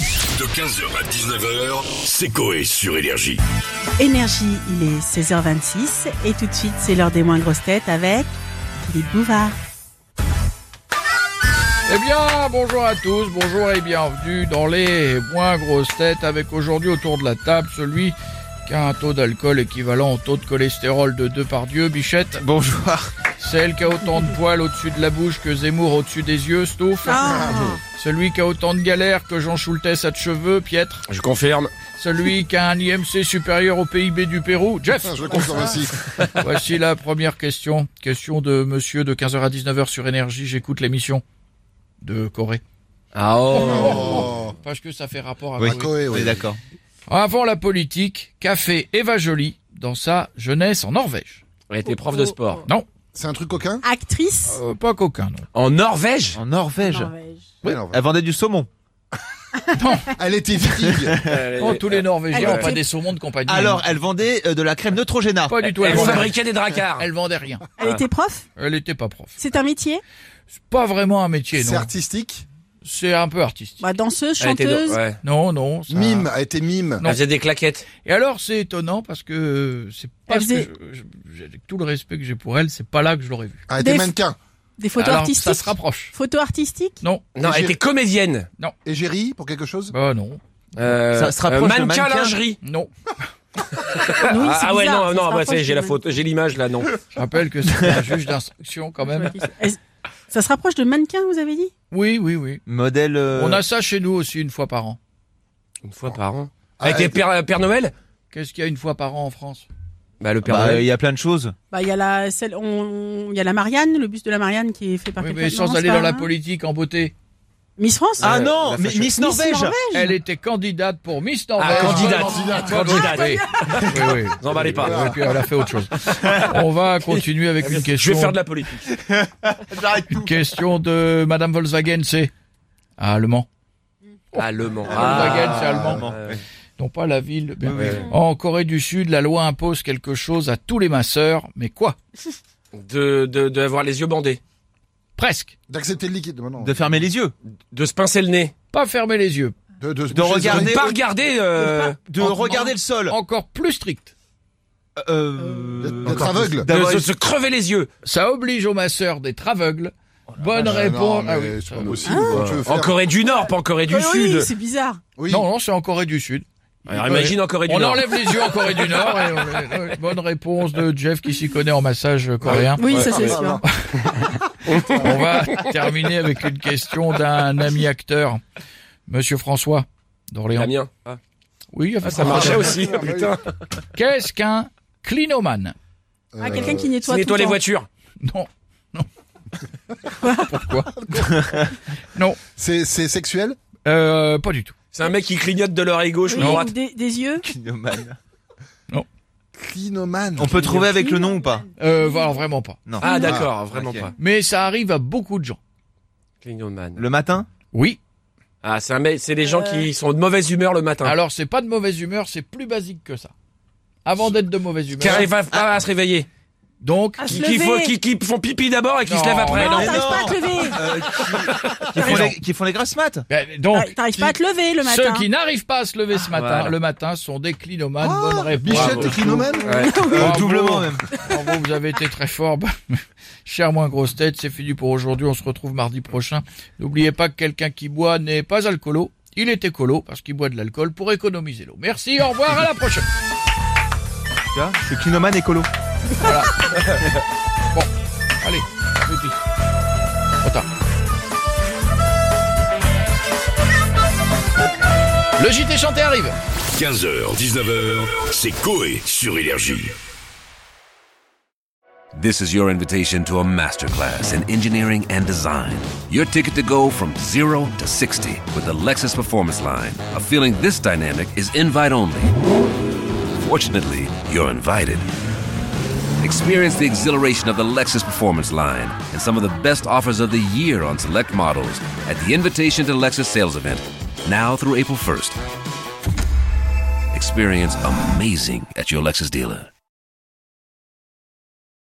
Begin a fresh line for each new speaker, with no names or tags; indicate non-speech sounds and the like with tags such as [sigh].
De 15h à 19h, c'est Coé sur Énergie.
Énergie, il est 16h26 et tout de suite, c'est l'heure des moins grosses têtes avec Philippe Bouvard.
Eh bien, bonjour à tous, bonjour et bienvenue dans les moins grosses têtes avec aujourd'hui autour de la table celui qui a un taux d'alcool équivalent au taux de cholestérol de deux par Dieu, Bichette.
Bonjour.
Celle qui a autant de poils au-dessus de la bouche que Zemmour au-dessus des yeux, Stouff. Celui qui a autant de galères que Jean Schultes a de cheveux, Pietre.
Je confirme.
Celui qui a un IMC supérieur au PIB du Pérou, Jeff.
Ah,
Je le confirme aussi.
Voici la première question. Question de monsieur de 15h à 19h sur Énergie. J'écoute l'émission de Corée.
Ah
Oh,
Parce que ça fait rapport à
Oui.
Corée.
Coé,
On est
oui.
d'accord.
Avant la politique, qu'a fait Eva Jolie dans sa jeunesse en Norvège
On était prof de sport.
Non,
C'est un truc coquin
Actrice
euh, pas qu'aucun, non.
En Norvège
En Norvège.
Norvège.
Ouais, non,
Elle vendait du
[laughs]
saumon.
Elle était viking.
Oh, tous les Norvégiens
Alors,
n'ont pas
tu-
des saumons de compagnie.
Alors, elle vendait euh, de la crème Neutrogena.
pas du tout. Elle,
Elle
vendait,
fabriquait des dracars.
elle vendait rien.
Elle
Ah.
était prof
Elle était pas prof.
C'est un métier
C'est pas vraiment un métier,
C'est
non.
artistique.
C'est un peu artistique.
bah, Danseuse,
Elle était do-
chanteuse
ouais.
Non, non. ça-
Mime, a été mime.
Non.
Elle faisait des claquettes.
Et alors, c'est étonnant parce que c'est pas
Elle
ce
faisait-
que je- je- j'ai- avec tout le respect que j'ai pour elle, c'est pas là que je l'aurais vue.
A été
Des-
mannequin.
Des photos
alors,
artistiques
ça se rapproche.
Photo artistique
Non.
Non, elle
J'ai-
était comédienne.
Égérie pour quelque chose
Bah non.
Euh,
Ça se rapproche de
mannequin
mannequin.
lingerie.
Non.
Oui,
ah
c'est
ah ouais,
bizarre,
non,
ça se
non, bah,
rapproche
c'est- j'ai
de-
la photo, j'ai l'image là, non.
Je rappelle que c'est un juge d'instruction quand même.
[laughs] Est-ce- Ça se rapproche de mannequin, vous avez dit
Oui, oui, oui.
Modèle. euh,
On a ça chez nous aussi une fois par an.
[laughs] Une fois par an.
Ah,
Elle était
elle-
Père, Père Noël
Qu'est-ce qu'il y a une fois par an en France
Bah, le Père
bah, Il
Noël.
y a plein de choses.
Bah, il y a la, celle, on, il y a la Marianne, le bus de la Marianne qui est fait par
Oui,
quelqu'un.
mais sans
Non,
aller
c'est
dans
pas-
la politique en beauté.
Miss France
Ah
Euh,
non,
la
mais
fashion-
Miss
Miss
Norvège.
Elle était candidate pour Miss
Ah,
Norvège. Ah,
candidate.
Candidate.
Candidate.
Oui, [laughs] oui, oui.
Vous emballez pas. Eh
Et puis elle a fait autre
[laughs]
chose. On va continuer avec une
Je
question.
vais faire de la politique.
J'arrête tout.
Une question de Madame Volkswagen, c'est Ah, allemand.
[laughs] Allemand.
Volkswagen, c'est allemand.
Ah, euh,
Non pas la ville. mais-
oui, oui.
En Corée du Sud, la loi impose quelque chose à tous les masseurs, mais quoi
De, de, de avoir les yeux bandés.
Presque.
D'accepter le liquide. bah non.
De fermer les yeux.
De se pincer le nez.
Pas fermer les yeux.
De, de-
de regarder-
Pas regarder, euh,
De
Oh,
En-
regarder le sol.
Encore plus strict.
Euh,
D'être
encore
aveugle.
plus.
de
D'avoir
se-
une-
se crever les yeux.
Ça oblige aux masseurs d'être aveugles. Bonne
Ah, non,
réponse.
mais
Ah oui.
C'est
ça-
pas possible. Quand
Ah.
tu veux faire- Euh,
En Corée du Nord, pas en Corée du
Ah oui,
Sud.
c'est bizarre.
Oui.
Euh, Non, non, c'est en Corée du Sud.
Alors imagine en Corée du
on
Nord.
enlève les yeux en Corée du Nord. et on- ouais, bonne réponse de Jeff qui s'y connaît en massage coréen.
Oui, ça c'est
Ah,
sûr.
non.
On va terminer avec une question d'un ami acteur, Monsieur François d'Orléans.
Damien. Ah,
Oui, enfin,
ça marchait aussi.
Ah, oui.
Putain.
Qu'est-ce qu'un clinomane
Ah,
Euh,
quelqu'un qui nettoie
Tu
tout
nettoies
le
les
temps.
voitures.
Non, non. Pourquoi
C'est c'est sexuel
euh, Pas du tout.
C'est un mec qui clignote de l'oreille gauche ou
Oui,
de droite.
ou des, des yeux.
Kinoman.
Clinomane.
On peut trouver avec le
Mmh.
nom ou pas
Euh, alors vraiment pas.
Non.
Ah d'accord, vraiment
ok.
pas.
Mais ça arrive à beaucoup de gens.
Clignoman.
Le matin
Oui.
Ah c'est un mec, c'est les
Euh.
gens qui sont de mauvaise humeur le matin.
Alors c'est pas de mauvaise humeur, c'est plus basique que ça. Avant d'être de mauvaise humeur.
Qui arrivent à- pas à se réveiller.
Donc
À se
Qui, qui
lever.
faut- qui- qui font pipi d'abord et qui
Non,
se lèvent après.
Non,
Mais
t'arrives
non.
pas à te lever.
Euh, qui, qui font les, qui font les grasses mat
ben, donc
T'arri- T'arrives pas à te lever Ah, le
ceux
matin.
qui n'arrivent pas à se lever ce matin,
voilà.
le matin sont des clinomanes.
Ah,
Bonne réponse.
Bichette
Bravo.
et clinomane
Ouais.
Bravo.
Euh, Doublement même.
Bravo, vous avez été très fort. Bah, [laughs] Cher moins grosse tête, c'est fini pour aujourd'hui. On se retrouve mardi prochain. N'oubliez pas que quelqu'un qui boit n'est pas alcoolo. Il est écolo parce qu'il boit de l'alcool pour économiser l'eau. Merci, au revoir, à la prochaine.
Tu vois, c'est Kinoman écolo.
Allez, petit. Trop tard. Le JT chanté arrive.
15h, 19h, c'est Coé sur Énergie.
This is your invitation to a masterclass in engineering and design. Your ticket to go from zero to 60 with the Lexus Performance Line. A feeling this dynamic is invite only. Fortunately, you're invited. Experience the exhilaration of the Lexus Performance Line and some of the best offers of the year on select models at the Invitation to Lexus sales event, now through April 1st. Experience amazing at your Lexus dealer.